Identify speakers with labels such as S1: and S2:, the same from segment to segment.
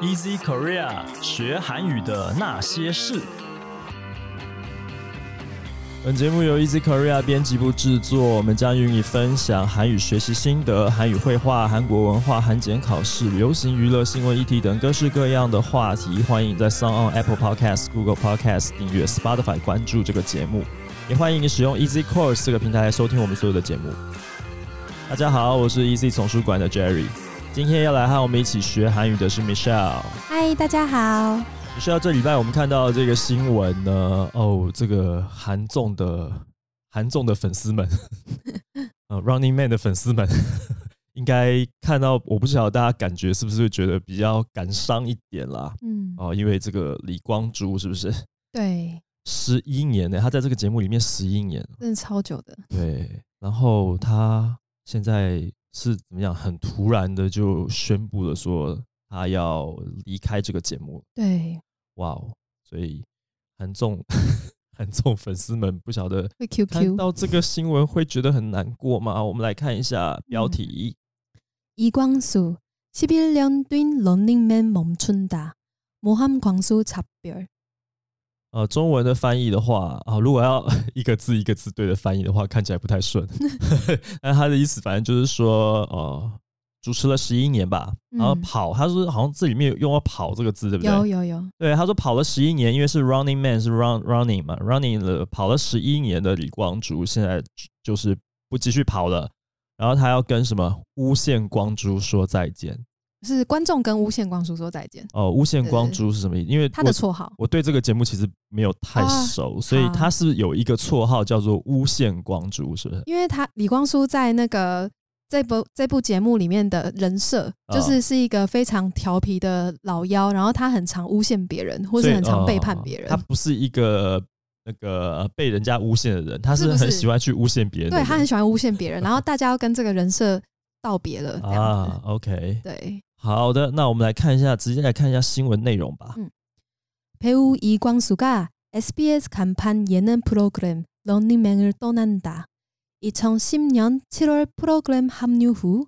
S1: Easy Korea 学韩语的那些事。本节目由 Easy Korea 编辑部制作，我们将与你分享韩语学习心得、韩语绘画、韩国文化、韩检考试、流行娱乐新闻议题等各式各样的话题。欢迎你在 s o n on Apple Podcast、Google Podcast 订阅 Spotify 关注这个节目，也欢迎你使用 Easy Course 这个平台来收听我们所有的节目。大家好，我是 Easy 丛书馆的 Jerry，今天要来和我们一起学韩语的是 Michelle。
S2: 嗨，大家好。
S1: 你需要这礼拜我们看到的这个新闻呢？哦，这个韩综的韩综的粉丝们，呃，Running Man 的粉丝们， 应该看到，我不晓得大家感觉是不是会觉得比较感伤一点啦？
S2: 嗯，
S1: 哦，因为这个李光洙是不是
S2: 对，
S1: 十一年呢、他在这个节目里面十一年，
S2: 真的超久的。
S1: 对，然后他现在是怎么样？很突然的就宣布了说他要离开这个节目了。
S2: 对，
S1: 哇哦！所以韩综 韩综粉丝们不晓得
S2: 会
S1: 看
S2: QQ。
S1: 到这个新闻会觉得很难过吗？我们来看一下标题。
S2: 이광수 11년 뛴 런닝맨 멈춘다. 모함 광수 작별.
S1: 呃，中文的翻译的话啊，如果要 一个字一个字对的翻译的话，看起来不太顺。 但他的意思反正就是说，呃，主持了十一年吧，然后
S2: 嗯
S1: 啊跑，他说好像这里面有用到“跑”这个字，对不对？
S2: 有有有，
S1: 对，他说跑了十一年，因为是 Running Man 是 Run Running 嘛，Running 了跑了十一年的李光洙现在就是不继续跑了，然后他要跟什么无限光洙说再见。
S2: 是观众跟无限光叔说再见，
S1: 哦，无限光洙是什么意思？因为
S2: 他的
S1: 我
S2: 绰号。
S1: 我对这个节目其实没有太
S2: 啊
S1: 熟，所以
S2: 好
S1: 他是有一个绰号叫做无限光洙，是不是？
S2: 因为他李光洙在那个这部这部节目里面的人设，
S1: 啊
S2: 就是是一个非常调皮的老妖，然后他很常诬陷别人，或
S1: 所
S2: 是
S1: 以
S2: 很常背叛
S1: 呃
S2: 别人
S1: 他。不是一个那个被人家诬陷的人，他
S2: 是
S1: 是
S2: 不是
S1: 很喜欢去诬陷别人的
S2: 对
S1: 人。
S2: 他很喜欢诬陷别 人，然后大家要跟这个人设道别了，这样子
S1: 啊。，OK，
S2: 对。
S1: 好的，那我们来看一下，直接来看一下新闻内容吧。
S2: 嗯 배우 이광수가 SBS 간판 예능 프로그램 런닝맨을 떠난다. 2010년 7월 프로그램 합류 후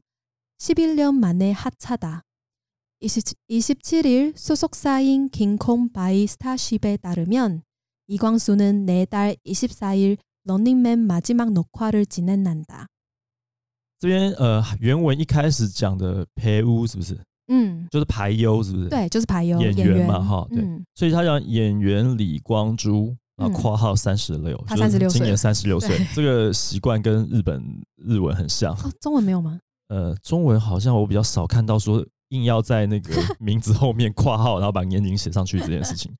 S2: 11년 만에 하차다. 20, 27일 소속사인 킹콩 바이 스타쉽에 따르면 이광수는 내달 24일 런닝맨 마지막 녹화를 진행한다.
S1: 这边呃，原文一开始讲的陪屋是不是
S2: 음,
S1: 就是排优是不是？，
S2: 네, 저도 봐요.
S1: 演员嘛，哈，
S2: 음,
S1: 所以他讲演员李光洙。啊，
S2: 嗯
S1: 括号三十六，
S2: 他
S1: 就是
S2: 36岁
S1: 今年三十六岁
S2: 对，
S1: 这个习惯跟日本日文很像。
S2: 어, 정원 매우만.
S1: 呃，中文好像我比较少看到说硬要在那 个名字后面括号，然后把年龄写上去这件事情。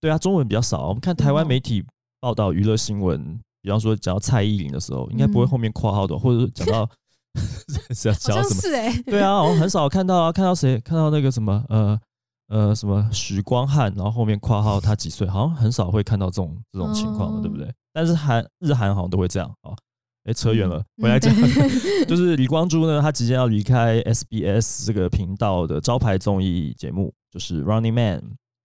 S1: 对啊，中文比较少啊。我们看台湾
S2: 嗯哦
S1: 媒体报道娱乐新闻，比方说讲到蔡依林的时候，应该不会
S2: 嗯
S1: 后面括号的，或者是讲到 讲讲到什么？
S2: 에.
S1: 对啊，我很少看到啊，看到谁？看到那个什么呃呃什么许光汉，然后后面括号他几岁，好像很少会看到这种这种情况的，
S2: 哦
S1: 对不对？但是韩日韩好像都会这样啊。哎、扯远了，回来
S2: 嗯
S1: 讲。
S2: 对
S1: 就是李光洙呢，他即将要离开 SBS 这个频道的招牌综艺节目，就是《Running Man》。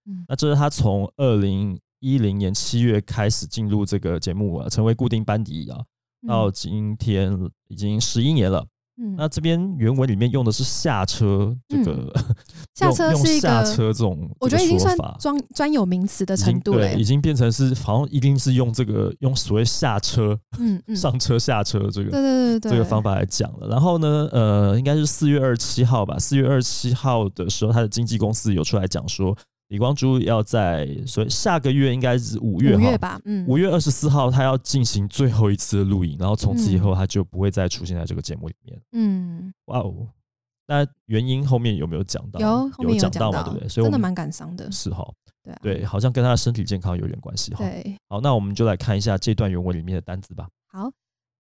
S2: 嗯
S1: 那这是他从二零一零年七月开始进入这个节目啊，成为固定班底啊，
S2: 嗯
S1: 到今天已经十一年了。
S2: 음,
S1: 那这边原文里面用的是下车这个，
S2: 嗯 下车
S1: 用
S2: 是
S1: 用
S2: 一
S1: 下
S2: 个，
S1: 车这种，
S2: 我觉得已经
S1: 这个
S2: 算
S1: 说法
S2: 专专有名词的
S1: 已经
S2: 程度了
S1: 对，已
S2: 欸。
S1: 经变成是好像一定是用这个用所谓下车、
S2: 嗯嗯，
S1: 上车、下车这个
S2: 对对对对，
S1: 这个方法来讲了。然后呢，呃，应该是四月二十七号吧。四月二十七号的时候，他的经纪公司有出来讲说，李光洙要在所以下个月应该是五月
S2: 五
S1: 哈
S2: 月，吧，嗯，
S1: 五月二十四号他要进行最后一次的录影，然后从此以后他就不会再出现在这个节目里面。
S2: 嗯
S1: 哇哦！那原因后面有没有讲到？
S2: 有后面
S1: 讲
S2: 讲
S1: 嘛，对不对？所以我
S2: 真的
S1: 们
S2: 蛮感伤的，
S1: 是哈，
S2: 对啊，
S1: 对，好像跟他的身体健康有点关系哈。
S2: 对，
S1: 好，那我们就来看一下这段原文里面的单词吧。
S2: 好，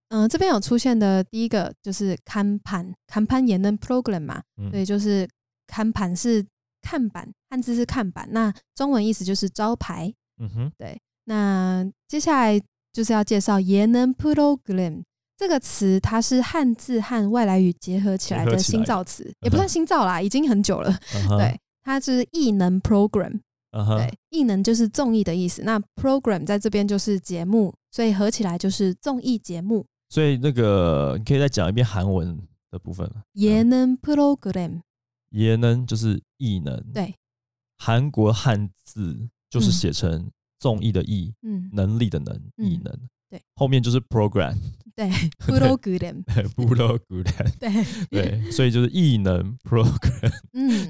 S2: 嗯、这边有出现的第一个就是看盘，看盘也能 program 嘛，
S1: 嗯，
S2: 对，就是看盘是看板，汉字是看板，那中文意思就是招牌，
S1: 嗯哼，
S2: 那接下来就是要介绍예능 program 这个词，它是汉字和外来语结合起来
S1: 结合
S2: 的
S1: 起来嗯
S2: 新造词，也不算新造啦，已经很久了。
S1: 嗯哼，
S2: 对，它就是艺能 program。
S1: 嗯哼，
S2: 对，艺能就是综艺的意思，那 program 在这边就是节目，所以合起来就是综艺节目。
S1: 所以那个你可以再讲一遍韩文的部分了。
S2: 예능 program，
S1: 也能就是异能，
S2: 对，
S1: 韩国汉字就是
S2: 嗯
S1: 写成综艺的艺，
S2: 嗯，
S1: 能力的能，艺
S2: 嗯
S1: 能。
S2: 对，
S1: 后面就是 program
S2: 对 p r o g r a m
S1: 部落古 兰，
S2: 对，
S1: 对，所以就是艺能 program
S2: 嗯，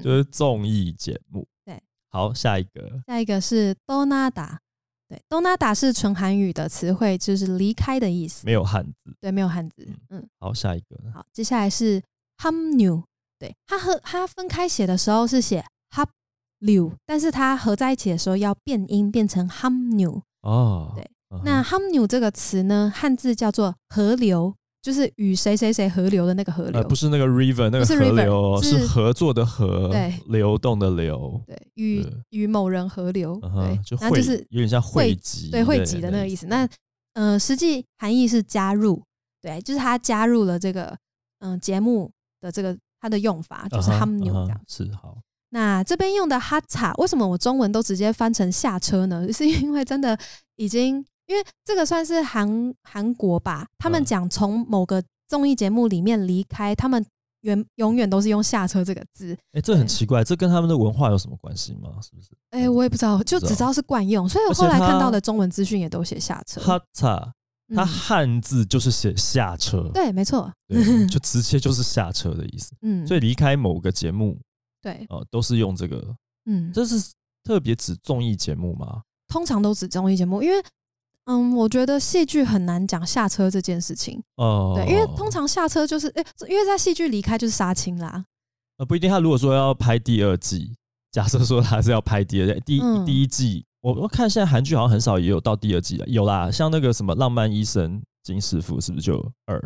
S1: 就是综艺节目。
S2: 对，
S1: 好，下一个
S2: 下一个是 donada，对，donada 是纯韩语的词汇，就是离开的意思，
S1: 没有汉字，
S2: 对，没有汉字
S1: 嗯，
S2: 嗯。
S1: 好，下一个
S2: 好，接下来是 ham new，对，它和它分开写的时候是写 hap new，但是它合在一起的时候要变音，变成 ham new。
S1: 哦，
S2: 对
S1: 嗯哼，
S2: 那 ham new 这个词呢，汉字叫做河流，就是与谁谁谁河流的那个河流，
S1: 呃不是那个 river 那个
S2: 不是
S1: 河
S2: river，
S1: 流哦，是
S2: 是
S1: 合作的河
S2: 对，
S1: 流动的流，
S2: 对，与
S1: 对
S2: 与某人河流，
S1: 嗯哼，就
S2: 对，然
S1: 汇
S2: 后就是
S1: 有点像汇
S2: 汇
S1: 集，
S2: 对汇集的那个意思。那呃，实际含义是加入，对，就是他加入了这个嗯、节目的这个它的用法，就是
S1: 嗯哼
S2: ham new
S1: 嗯哼
S2: 这样。
S1: 是好，
S2: 那这边用的哈查，为什么我中文都直接翻成下车呢？ 是因为真的已经，因为这个算是韩韩国吧，他们
S1: 嗯
S2: 讲从某个综艺节目里面离开，他们原永远都是用下车这个字。
S1: 哎，这很
S2: 对
S1: 奇怪，这跟他们的文化有什么关系吗？是不是？
S2: 哎、我也不知道，就只知道是惯用，所以我
S1: 而且
S2: 后来
S1: 它
S2: 看到的中文资讯也都写下车。
S1: 哈塔，
S2: 嗯
S1: 它汉字就是写下车，
S2: 对，没错，
S1: 对，就直接就是下车的意思。
S2: 嗯，
S1: 所以离开某个节目
S2: 对，
S1: 哦，都是用这个，
S2: 嗯，
S1: 这是特别指综艺节目吗？
S2: 通常都指综艺节目，因为嗯，我觉得戏剧很难讲下车这件事情，
S1: 哦，
S2: 对，因为通常下车就是，哎、因为在戏剧离开就是杀青啦，
S1: 呃，不一定。他如果说要拍第二季， 假设说他是要拍第二季，第一、
S2: 嗯
S1: 第一季，我我看现在韩剧好像很少也有到第二季了，有啦，像那个什么《浪漫医生金师傅》是不是就有二？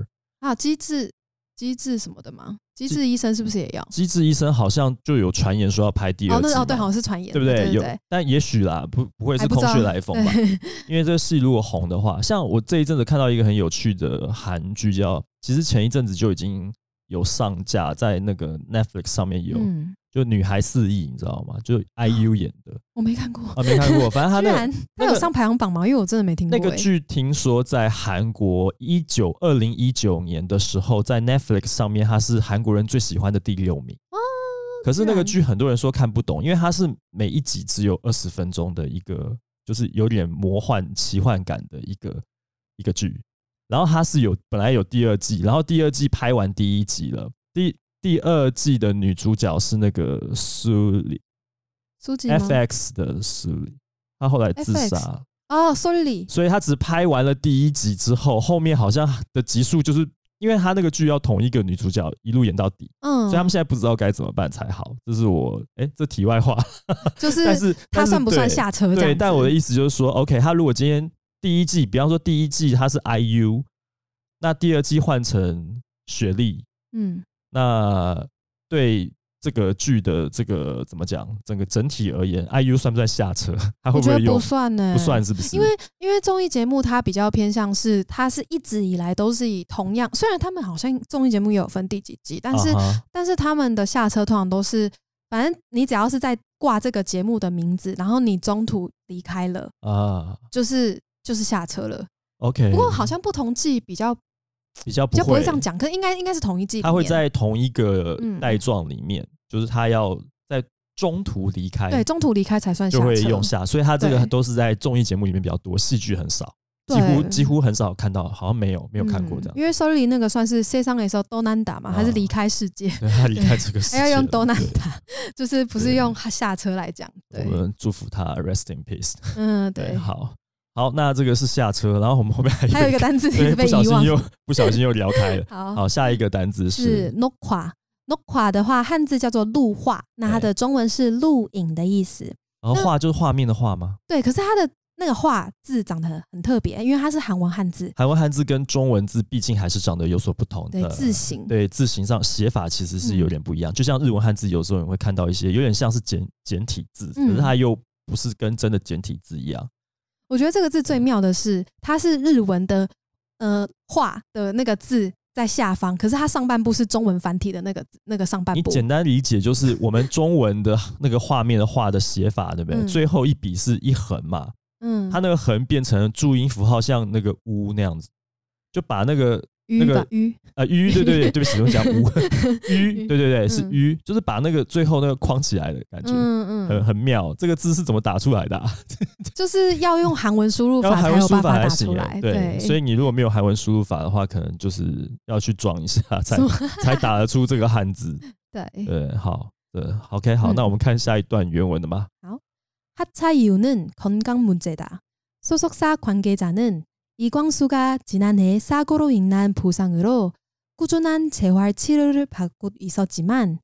S1: 《
S2: 啊，机智机智什么的嘛，机
S1: 机
S2: 智医生是不是也要？
S1: 机智医生》好像就有传言说要拍第
S2: 哦
S1: 二，季
S2: 那
S1: 嘛、
S2: 哦对，好像是传言，
S1: 对不
S2: 对？
S1: 对？
S2: 对
S1: 有
S2: 对，
S1: 但也许啦，不不会是
S2: 还不
S1: 空
S2: 知道
S1: 穴来 风吧？
S2: 对
S1: 因为这个戏如果红的话，像我这一阵子看到一个很有趣的韩剧叫，其实前一阵子就已经有上架在那个 Netflix 上面有，
S2: 嗯，
S1: 就《女孩四亿》，你知道吗？就 IU 演的
S2: 我没看过，
S1: 啊，没看过，反 正他
S2: 居
S1: 那个
S2: 然
S1: 那
S2: 他有
S1: 个
S2: 上排行榜吗？因为我真的没听过、
S1: 那个
S2: 哎
S1: 剧听说在韩国一九二零一九年的时候，在 Netflix 上面，它是韩国人最喜欢的第六名。
S2: 哦
S1: 可是
S2: 居
S1: 那个
S2: 然
S1: 剧很多人说看不懂，因为它是每一集只有二十分钟的一个，就是有点魔幻奇幻感的一个一个剧。然后它是有本来有第二季，然后第二季拍完第一集了，第第二季的女主角是那个苏里
S2: 苏吉吗
S1: FX 的苏里，她后来自
S2: FX
S1: 杀了。
S2: 哦 s o r r y
S1: 所以他只拍完了第一集之后，后面好像的集数就是因为他那个剧要同一个女主角一路演到底，
S2: 嗯，
S1: 所以他们现在不知道该怎么办才好。这是我哎、这题外话，
S2: 就
S1: 但
S2: 是
S1: 是
S2: 他
S1: 但是
S2: 算不算
S1: 对
S2: 下车这样
S1: 对，
S2: 子
S1: 但我的意思就是说，OK，他如果今天第一季，比方说第一季他是 IU，那第二季换成雪莉，
S2: 嗯
S1: 那对。这个剧的这个怎么讲？整个整体而言，IU 算不算下车？他会不
S2: 我觉
S1: 会
S2: 得
S1: 有
S2: 不算呢、
S1: 不算是不是？
S2: 因为因为综艺节目它比较偏向是，它是一直以来都是以同样，虽然他们好像综艺节目也有分第几季，但是、
S1: 啊哈
S2: 但是他们的下车通常都是，反正你只要是在挂这个节目的名字，然后你中途离开了，
S1: 啊
S2: 就是就是下车了。
S1: ，OK。
S2: 不过好像不同季比较比
S1: 比较嗯不
S2: 较不会
S1: 会
S2: 这样讲，可应该应该是同一季里面。
S1: 他会在同一个
S2: 嗯
S1: 带状里面，就是他要在中途离开，
S2: 对中途离开才算下
S1: 就
S2: 车。
S1: 会用下，所以他这个
S2: 对
S1: 都是在综艺节目里面比较多，戏剧很少，几乎
S2: 对
S1: 几乎很少看到，好像没有没有看过这
S2: 嗯
S1: 样。
S2: 因为 s o l y 那个算是 C 上的时候 Donanda 嘛，他是离开世界，
S1: 对他离开这个世界
S2: 还
S1: 了，
S2: 要用
S1: 对
S2: Donanda，就是不是
S1: 对
S2: 用下车来讲。对
S1: 我，们祝福他 rest in peace。
S2: 嗯，
S1: 对，
S2: 对，
S1: 好好，那这个是下车，然后我们后面还
S2: 还有一个单字一
S1: 对
S2: 直被
S1: 不小
S2: 遗
S1: 心
S2: 忘。
S1: 又不小心又聊开了。
S2: 好，
S1: 好，下一个单字
S2: 是 nokwa。nokwa 的话，汉字叫做录画，那它的中文是录影的意思。
S1: 然后
S2: 那
S1: 画就是画面的画吗？
S2: 对，可是它的那个画字长得很特别，因为它是韩文汉字，
S1: 韩文汉字跟中文字毕竟还是长得有所不同
S2: 对
S1: 的，，
S2: 字形。
S1: 呃对字形上写法其实
S2: 嗯
S1: 是有点不一样，就像日文汉字，有时候你会看到一些有点像是简简体字，可
S2: 嗯
S1: 是它又不是跟真的简体字一样。
S2: 我觉得这个字最妙的是，它是日文的呃画的那个字在下方，可是它上半部是中文繁体的那个那个上半
S1: 你
S2: 部。
S1: 简单理解就是我们中文 的那个画面的画的写法，对不对？
S2: 嗯
S1: 最后一笔是一横嘛，
S2: 嗯，
S1: 它那个横变成注音符号，像那个乌那样子，就把那个
S2: 鱼
S1: 那个
S2: 吧鱼，
S1: 呃鱼，对对对，对不 起，我讲乌鱼，对对对，是
S2: 嗯
S1: 鱼，就是把那个最后那个框起来的感觉。
S2: 嗯嗯
S1: 很
S2: 嗯，
S1: 很妙。这个字是怎么打出来的、啊？
S2: 就是要用韩文输 入
S1: 要
S2: 法
S1: 韩
S2: 才
S1: 文
S2: 有
S1: 输入
S2: 办
S1: 法
S2: 法
S1: 才
S2: 打
S1: 行
S2: 出
S1: 耶
S2: 来。，
S1: 对，所以你如果没有韩文输入法的话，可能就是要去装一下才
S2: 什么
S1: 才打得出这个汉 字。
S2: 对。
S1: 对，好，对，OK，好，
S2: 嗯
S1: 那我们看下一段原文的吧。
S2: 하차 이유는 건강 문제다. 소속사 관계자는 이광수가 지난해 사고로 인한 부상으로 꾸준한 재활 치료를 받고 있었지만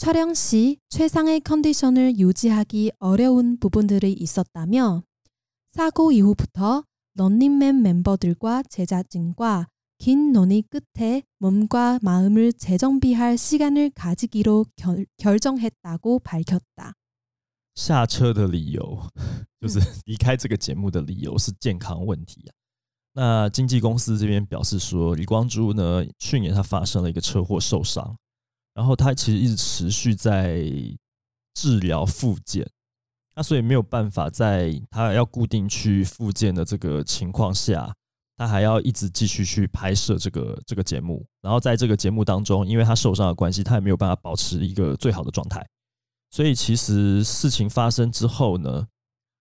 S2: 촬영 시 최상의 컨디션을 유지하기 어려운 부분들이 있었다며 사고 이후부터 런닝맨 멤버들과 제작진과 긴 논의 끝에 몸과 마음을 재정비할 시간을 가지기로 결- 결정했다고 밝혔다.
S1: 下车的理由就是 离开这个节目的理由是健康问题啊。那经纪公司这边表示说，李光洙呢去年他发生了一个车祸受伤，然后他其实一直持续在治疗复健，那所以没有办法在他要固定去复健的这个情况下，他还要一直继续去拍摄这个这个节目，然后在这个节目当中，因为他受伤的关系，他也没有办法保持一个最好的状态。所以其实事情发生之后呢，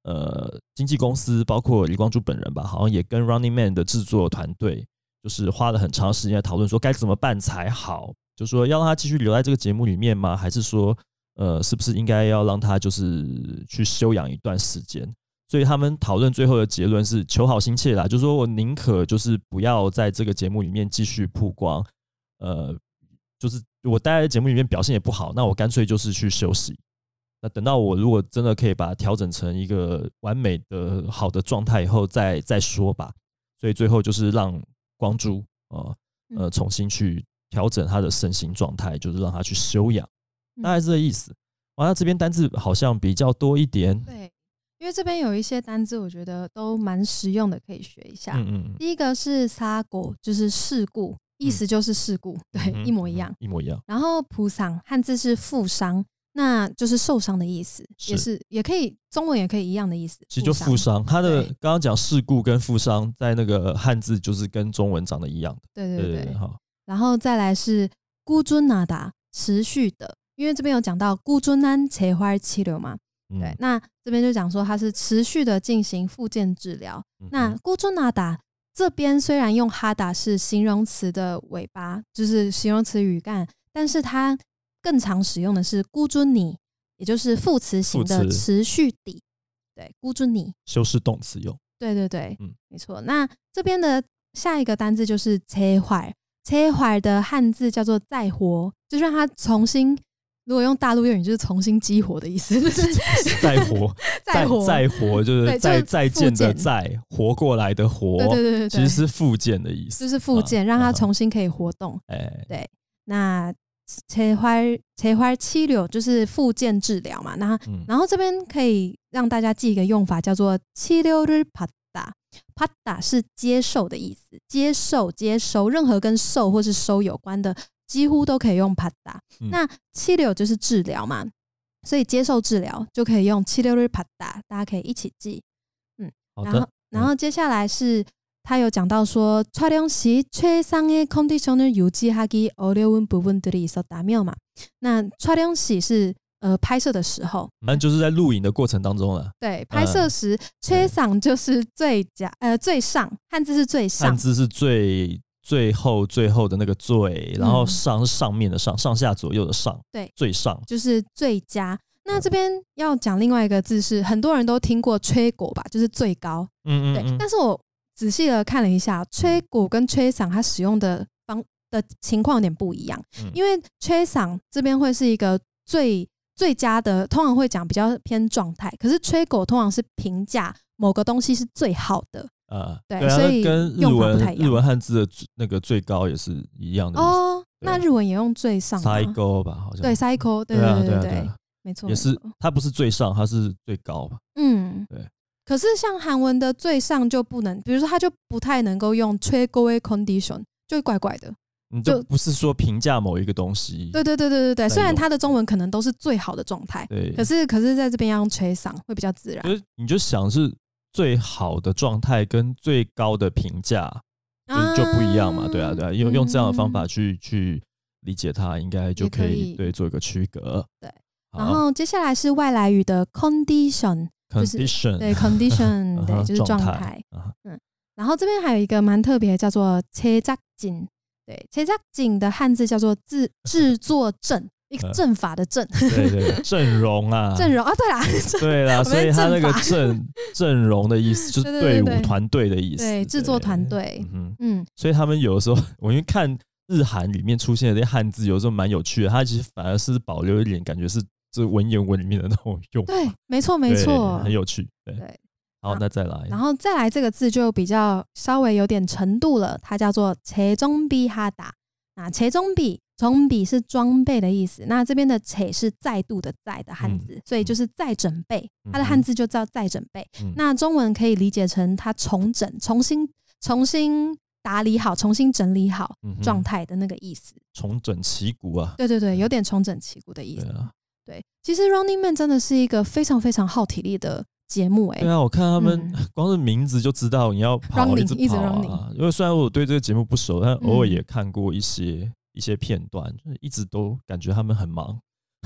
S1: 呃，经纪公司包括李光洙本人吧，好像也跟 Running Man 的制作团队，就是花了很长时间来讨论说该怎么办才好，就说要让他继续留在这个节目里面吗？还是说，呃，是不是应该要让他就是去休养一段时间？所以他们讨论最后的结论是求好心切啦，就说我宁可就是不要在这个节目里面继续曝光，呃，就是我待在节目里面表现也不好，那我干脆就是去休息。那等到我如果真的可以把它调整成一个完美的好的状态以后再再说吧。所以最后就是让光洙呃呃
S2: 嗯
S1: 重新去调整他的身心状态，就是让他去休养，
S2: 嗯
S1: 大概是这个意思。哇，那这边单字好像比较多一点。
S2: 对，因为这边有一些单字，我觉得都蛮实用的，可以学一下。
S1: 嗯嗯嗯，
S2: 第一个是“杀狗”，就是事故，意思就是事故，对，
S1: 嗯
S2: 一模一样。，
S1: 一模一样。
S2: 然后“普伤”汉字是负伤，那就是受伤的意思，
S1: 是
S2: 也是也可以中文也可以一样的意思。
S1: 其实就负伤，它的
S2: 对
S1: 刚刚讲事故跟负伤，在那个汉字就是跟中文长得一样的。
S2: 对对
S1: 对
S2: 对。
S1: 对，好，
S2: 然后再来是“꾸준하다”，持续的，因为这边有讲到“꾸준한재활치료”嘛，
S1: 嗯
S2: 对，，那这边就讲说它是持续的进行复健治疗。
S1: 嗯
S2: 那
S1: 嗯
S2: 孤注纳达这边虽然用哈达是形容词的尾巴，就是形容词语干，但是它更常使用的是孤注你，也就是副词型的
S1: 副词
S2: 持续底。对，孤注你，
S1: 修饰动词用，
S2: 对对对，
S1: 嗯
S2: 没错。那这边的下一个单字就是切坏，切坏的汉字叫做再活，就是让它重新。如果用大陆谚语，就是重新激活的意思，
S1: 再活，
S2: 再活，
S1: 再活就是
S2: 对
S1: 再
S2: 就是
S1: 再见
S2: 复
S1: 的
S2: 健
S1: 再活过来的活，
S2: 对对对对对，
S1: 其实是复健的意思。
S2: 就是复健，让
S1: 啊
S2: 它重新可以活动。
S1: 哎，
S2: 那切花切花七柳就是复健治疗嘛，那
S1: 嗯，
S2: 然后这边可以让大家记一个用法，叫做七六日帕达。帕达是接受的意思，接受接收，任何跟受或是收有关的，几乎都可以用帕达。
S1: 嗯
S2: 那七六就是治疗嘛，所以接受治疗就可以用七六日帕达，大家可以一起记。
S1: 好
S2: 然后
S1: 的，，嗯
S2: 然后接下来是他有讲到说，촬영시최상의컨디션을유지하기어려운부분들이있었다며嘛。那촬영시是呃拍摄的时候，
S1: 反正就是在录影的过程当中了，
S2: 对，拍摄时최
S1: 嗯对
S2: 上就是最佳呃最上，汉字是最上
S1: 汉，字是最最后最后的那个最，然后
S2: 嗯
S1: 上是上面的上，上下左右的上，
S2: 对
S1: 最上
S2: 就是最佳。
S1: 嗯
S2: 那这边要讲另外一个字是，很多人都听过“吹果”吧，就是最高。
S1: 嗯嗯
S2: 对，
S1: 嗯，嗯
S2: 但是我仔细的看了一下，吹鼓跟吹嗓它使用的方的情况有点不一样，
S1: 嗯
S2: 因为吹嗓这边会是一个最最佳的，通常会讲比较偏状态，可是吹鼓通常是评价某个东西是最好的
S1: 呃，
S2: 对
S1: 对啊，
S2: 所
S1: 那
S2: 以
S1: 跟日
S2: 用法不太
S1: 文
S2: 一样
S1: 日文汉字的最那个最高也是一样的意
S2: 哦。
S1: 对啊
S2: 那日文也用最上
S1: 思，
S2: 吗
S1: 最？高吧，好像
S2: 对，cycle，对
S1: 啊对
S2: 对对
S1: 啊
S2: 对
S1: 对
S2: 对
S1: 啊，，
S2: 没
S1: 也
S2: 错，没
S1: 是
S2: 错
S1: 它不是最上，它是最高吧，
S2: 嗯，
S1: 对。
S2: 可是像韩文的最上就不能，比如说它就不太能够用吹 g o condition，就会怪怪的。
S1: 你就
S2: 就
S1: 不是说评价某一个东西，
S2: 对对对对对对，
S1: 在
S2: 虽然
S1: 用
S2: 它的中文可能都是最好的状态，
S1: 对，
S2: 可是可是在这边要用吹嗓会比较自然。
S1: 就是你就想是最好的状态跟最高的评价，就是就不一样嘛，对啊，对啊，用用这样的方法
S2: 嗯
S1: 去去理解它，应该就
S2: 也可
S1: 以
S2: 以
S1: 对做一个区隔。
S2: 对，然后接下来是外来语的 condition，
S1: 好
S2: 就是
S1: condition
S2: 对 condition，
S1: 啊
S2: 对，就是状
S1: 嗯状
S2: 态。
S1: 啊，
S2: 然后这边还有一个蛮特别，叫做切扎井，对，切扎井的汉字叫做 制制作阵，一个
S1: 呃
S2: 阵法的阵，
S1: 对对，阵容啊，
S2: 阵容啊，对啦，
S1: 对啦，
S2: 们
S1: 所以他那个
S2: 阵法
S1: 阵 阵容的意思就是
S2: 对
S1: 队
S2: 对对
S1: 伍
S2: 对
S1: 团队的意思，
S2: 对，制作团，队
S1: 嗯，哼，
S2: 嗯，
S1: 所以他们有的时候， 我因为看日韩里面出现的这些汉字，有的时候蛮有趣的，它其实反而是保留一点感觉是这文言文里面的那种用法，
S2: 对，没错，没
S1: 对
S2: 错
S1: 很。有趣，对
S2: 对。
S1: 好，
S2: 好
S1: 那再来，
S2: 然后再来这个字就比较稍微有点程度了，它叫做切中比哈达。那切中比，中比是装备的意思。那这边的切是再度的再的
S1: 嗯
S2: 汉字，所以就是再准备，它的汉字就叫再准备。
S1: 嗯
S2: 那中文可以理解成它重整、重新、重新打理好、重新整理好
S1: 嗯哼
S2: 状态的那个意思。
S1: 重整旗鼓啊，
S2: 对对对，有点重整旗鼓的意
S1: 对
S2: 思。
S1: 啊，
S2: 对，其实 Running Man 真的是一个非常非常耗体力的节目、欸，
S1: 对啊，我看他们
S2: 嗯
S1: 光是名字就知道你要跑，
S2: Running，
S1: 直
S2: 一直
S1: 跑啊。因为虽然我对这个节目不熟，但偶尔
S2: 嗯
S1: 也看过一些一些片段，就是一直都感觉他们很 忙。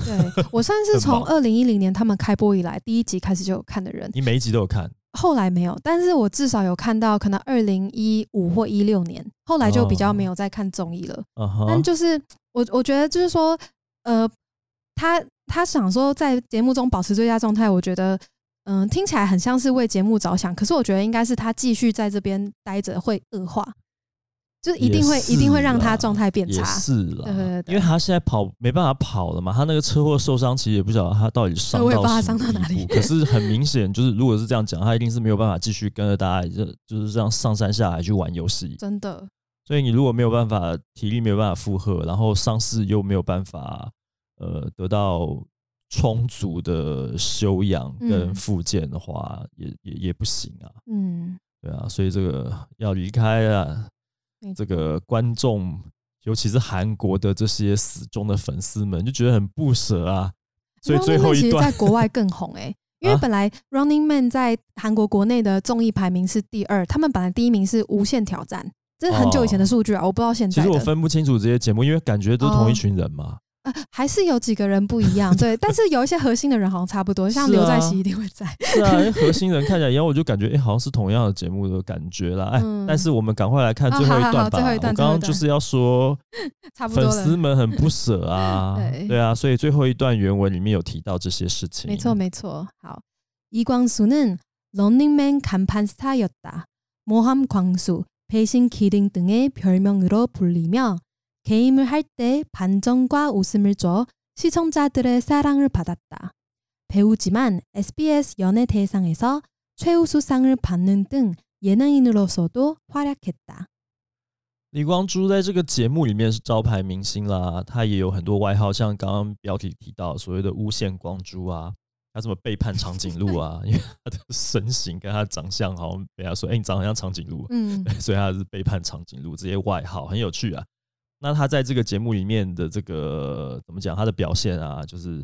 S2: 对我算是
S1: 很
S2: 从
S1: 忙
S2: 二零一零年他们开播以来第一集开始就有看的人，
S1: 你每一集都有看，
S2: 后来没有，但是我至少有看到可能二零一五或一六年，后来就比较
S1: 哦
S2: 没有再看综艺了。
S1: 嗯哼，
S2: 但就是我我觉得就是说，呃，他他想说在节目中保持最佳状态，我觉得。嗯，听起来很像是为节目着想，可是我觉得应该是他继续在这边待着会恶化，就是一定会
S1: 也是
S2: 一定会让他
S1: 啦
S2: 状态变
S1: 也
S2: 差。
S1: 是啦，
S2: 对对
S1: 因
S2: 对
S1: 为他现在跑没办法跑了嘛，他那个车祸受伤，其实也不晓得他到底伤
S2: 对我也
S1: 到
S2: 不知道他
S1: 什么
S2: 伤到哪
S1: 地步
S2: 里
S1: 可是很明显，就是如果是这样讲，他一定是没有办法继续跟着大家就就是这样上山下海去玩游戏。
S2: 真的，
S1: 所以你如果没有办法体力没有办法负荷，然后伤势又没有办法呃得到充足的休养跟
S2: 嗯
S1: 复健的话，也也也不行啊，
S2: 嗯，
S1: 对啊，所以这个要离开啊，
S2: 没
S1: 这个观众，尤其是韩国的这些死忠的粉丝们，就觉得很不舍啊。所以
S2: Running
S1: 最后
S2: Man 其
S1: 一
S2: 实在
S1: 段，
S2: 国外更红 哎、因为
S1: 啊
S2: 本来 Running Man 在韩国国内的综艺排名是第二，他们本来第一名是无限挑战，这是很久以前的数据啊，我不知道现
S1: 哦其
S2: 在
S1: 实我
S2: 的。哦
S1: 分不清楚这些节目，因为感觉都是同一群人嘛。
S2: 呃，还是有几个人不一样， 对，但是有一些核心的人好像差不多，像
S1: 是啊
S2: 刘在熙一定会在，
S1: 是啊，因为核心人看起来一样，我就感觉哎、诶好像是同样的节目的感觉啦。哎、
S2: 嗯
S1: 但是我们赶快来看
S2: 啊
S1: 最后一
S2: 好好
S1: 段
S2: 好
S1: 吧。
S2: 最后一段
S1: 我刚
S2: 最后
S1: 刚
S2: 一
S1: 就
S2: 段
S1: 是要说，
S2: 差不多
S1: 粉丝
S2: 了。。
S1: 们很不舍啊
S2: 对
S1: 对啊，所以最后一段原文里面有提到这些事情。
S2: 没错，没错。好， 그렇죠, 아, 이광수는 Running Man 간판 스타였다. 모함 광수, 배신 기린 등의 별명으로 불리며 게임을 할 때 반전과 웃음을 줘 시청자들의 사랑을 받았다. 배우지만 SBS 연예 대상에서 최우수상을 받는 등 예능인으로서도 활약했다.
S1: 李光洙在这个节目里面是招牌明星啦，他也有很多外号，像刚刚标题提到所谓的“诬陷光洙”啊，他什么背叛长颈鹿啊， 因为他的身形跟他的长相好像被他说，哎、你长得像长颈鹿，
S2: 음,
S1: 所以他是背叛长颈鹿这些外号很有趣啊。那他在这个节目里面的这个怎么讲，他的表现啊，就是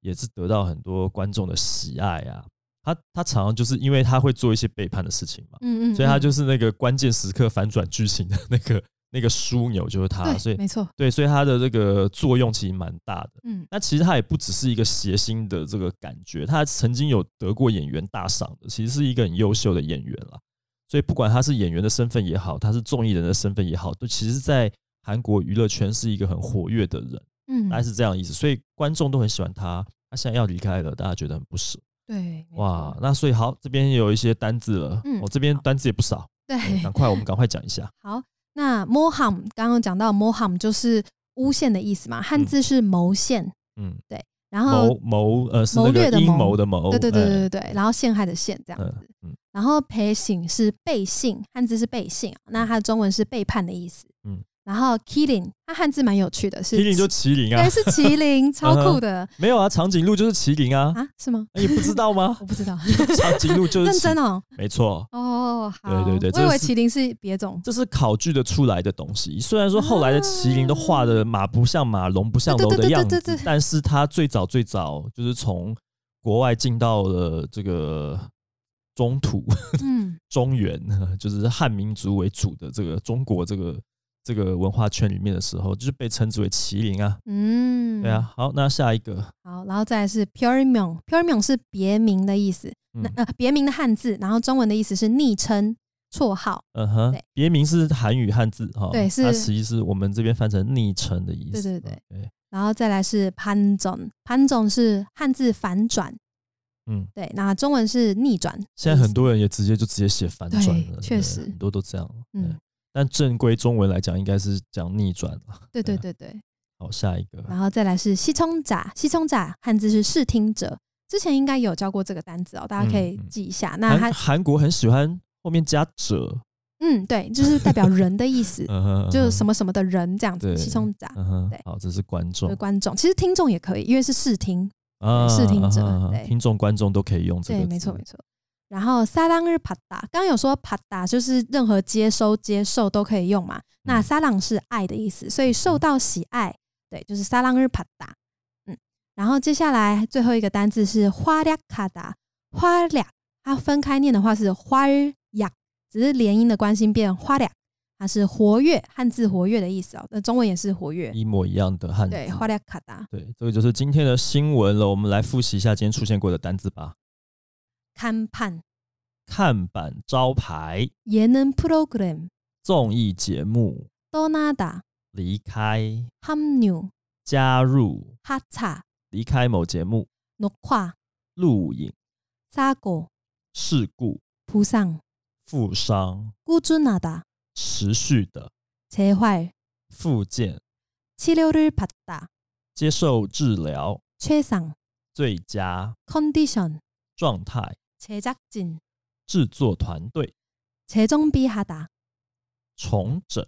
S1: 也是得到很多观众的喜爱啊。他他常常就是因为他会做一些背叛的事情嘛，
S2: 음, 음,
S1: 所以他就是那个关键时刻反转剧情的那个那个枢纽就是
S2: 네,
S1: 他，所以
S2: 그렇죠.
S1: 对，所以他的这个作用其实蛮大的。
S2: 음,
S1: 那其实他也不只是一个谐星的这个感觉，他曾经有得过演员大赏的，其实是一个很优秀的演员啦。所以不管他是演员的身份也好，他是综艺人的身份也好，都其实在韩国娱乐圈是一个很活跃的人，
S2: 음.
S1: 大
S2: 嗯
S1: 概是这样的意思。所以观众都很喜欢他，他现在要离开了，大家觉得很不舍。
S2: 네,
S1: 哇，那所以好，这边有一些单字了，
S2: 嗯
S1: 我、这边单字也不 少。
S2: 그렇죠. 네.
S1: 对赶快，我们赶快讲一下。
S2: 好，那 moham 刚刚讲到 moham 就是诬陷的意思嘛，汉字是谋陷，
S1: 嗯，
S2: 然后
S1: 谋谋呃是
S2: 谋
S1: 那
S2: 略
S1: 个
S2: 的
S1: 阴
S2: 谋
S1: 谋的谋，
S2: 对对对
S1: 哎
S2: 对对对，然后陷害的陷这样
S1: 嗯
S2: 子，
S1: 嗯
S2: 然后背信是背信，汉字是背信，啊那它的中文是背叛的意思，
S1: 嗯
S2: 嗯，然后 killing 它汉字蛮有趣的，是
S1: 麒麟就麒麟啊
S2: 对，，是 麒麟，超酷的
S1: 没有啊，长颈鹿就是麒麟啊，
S2: 啊？是吗？
S1: 哎你不知道吗
S2: 我？不知道，
S1: 长颈鹿就是
S2: 认
S1: 麒
S2: 真哦，
S1: 没错，
S2: 哦，好，
S1: 对对对
S2: 我以
S1: 这
S2: 为
S1: 是
S2: 麒麟是别种，
S1: 这是考据的出来的东西。虽然说后来的麒麟都画的马不像马，龙不像龙的样
S2: 啊
S1: 子
S2: 对对对对对对，
S1: 但是它最早最早就是从国外进到了这个中土，
S2: 嗯，
S1: 中原，就是汉民族为主的这个中国这个这个文化圈里面的时候，就是被称之为麒麟啊。
S2: 嗯嗯，
S1: 对啊，。好，那下一个，
S2: 好，然后再来是 Purion，Purion 是别名的意思，
S1: 嗯
S2: 那呃别名的汉字，然后中文的意思是昵称、绰号。
S1: 嗯哼
S2: 对，
S1: 别名是韩语汉字哈，
S2: 对
S1: 它
S2: 是
S1: 实际是我们这边翻成昵称的意思，啊
S2: 对对对
S1: 对，
S2: 然后再来是潘总，潘总是汉字反转，
S1: 嗯，
S2: 对，那中文是逆转。
S1: 现在很多人也直接就直接写反转
S2: 对
S1: 了，对
S2: 确实
S1: 很多都这样，嗯
S2: 嗯，
S1: 但正规中文来讲应该是讲逆转了，
S2: 对对
S1: 啊，
S2: 对对，
S1: 好，下一个，
S2: 然后再来是西冲giả，西冲giả汉字是视听者，之前应该有教过这个单词哦，大家可以
S1: 嗯嗯
S2: 记一下。那它
S1: 韩韩国很喜欢后面加者，，
S2: 嗯，对，就是代表人的意思
S1: 嗯哼，么，
S2: 就是什么什么的人这样子
S1: 对，
S2: 西冲假
S1: 嗯哼
S2: 对，
S1: 好，这是观
S2: 就是
S1: 众
S2: 观众，其实听众也可以，因为是视听，
S1: 啊
S2: 视听者
S1: 嗯哼
S2: 对
S1: 听众、观众都可以用这个
S2: 对，
S1: 字，
S2: 没错没错。然后撒浪日帕达，刚刚有说帕达就是任何接收、接受都可以用嘛。那
S1: 嗯
S2: 撒浪是爱的意思，所以受到喜爱，对，就是撒浪日帕达。嗯，然后接下来最后一个单字是花俩卡达，花俩，它分开念的话是花儿呀，只是连音的关系变花俩，它是活跃，汉字活跃的意思哦。那中文也是活跃，
S1: 一模一样的汉字，
S2: 对，花俩卡达。
S1: 对，这个就是今天的新闻了。我们来复习一下今天出现过的单字吧。
S2: 看判
S1: 看板、招牌、
S2: 예능 프로그램
S1: 综艺节目、
S2: 떠나다
S1: 离开、
S2: 합류
S1: 加入、
S2: 하차,
S1: 离开某节目、
S2: 녹화,
S1: 录影、
S2: 싸고,
S1: 事故、
S2: 부상,
S1: 负伤、
S2: 꾸준하다,
S1: 持续的、
S2: 재활,
S1: 复健、
S2: 치료를 받다,
S1: 接受治疗、
S2: 최상,
S1: 最佳
S2: 컨디션,
S1: 状态、
S2: 제작진,
S1: 制作团队、
S2: 재정비하다,
S1: 重整、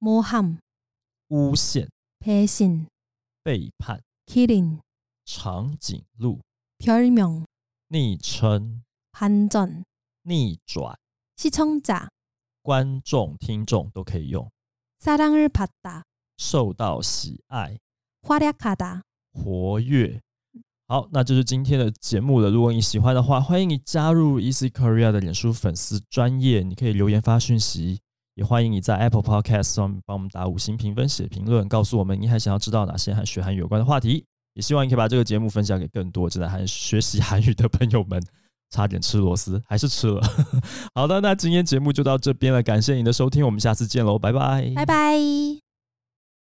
S2: 모함,
S1: 诬陷、
S2: 배신,
S1: 背叛、
S2: 기린,
S1: 长颈鹿、
S2: 별명,
S1: 昵称、
S2: 반전,
S1: 逆转、
S2: 시청자,
S1: 观众、听众都可以用。
S2: 사랑을 받다,
S1: 受到喜爱、
S2: 활약하다.
S1: 活跃。好，那就是今天的节目了。如果你喜欢的话，欢迎你加入 Easy Korea 的脸书粉丝专业，你可以留言发讯息，也欢迎你在 Apple Podcast 上帮我们打五星评分、写评论，告诉我们你还想要知道哪些和学韩语有关的话题。也希望你可以把这个节目分享给更多正在韩学习韩语的朋友们。差点吃螺丝，还是吃了。 好的，那今天节目就到这边了，感谢你的收听，我们下次见喽，拜拜，
S2: 바이바이.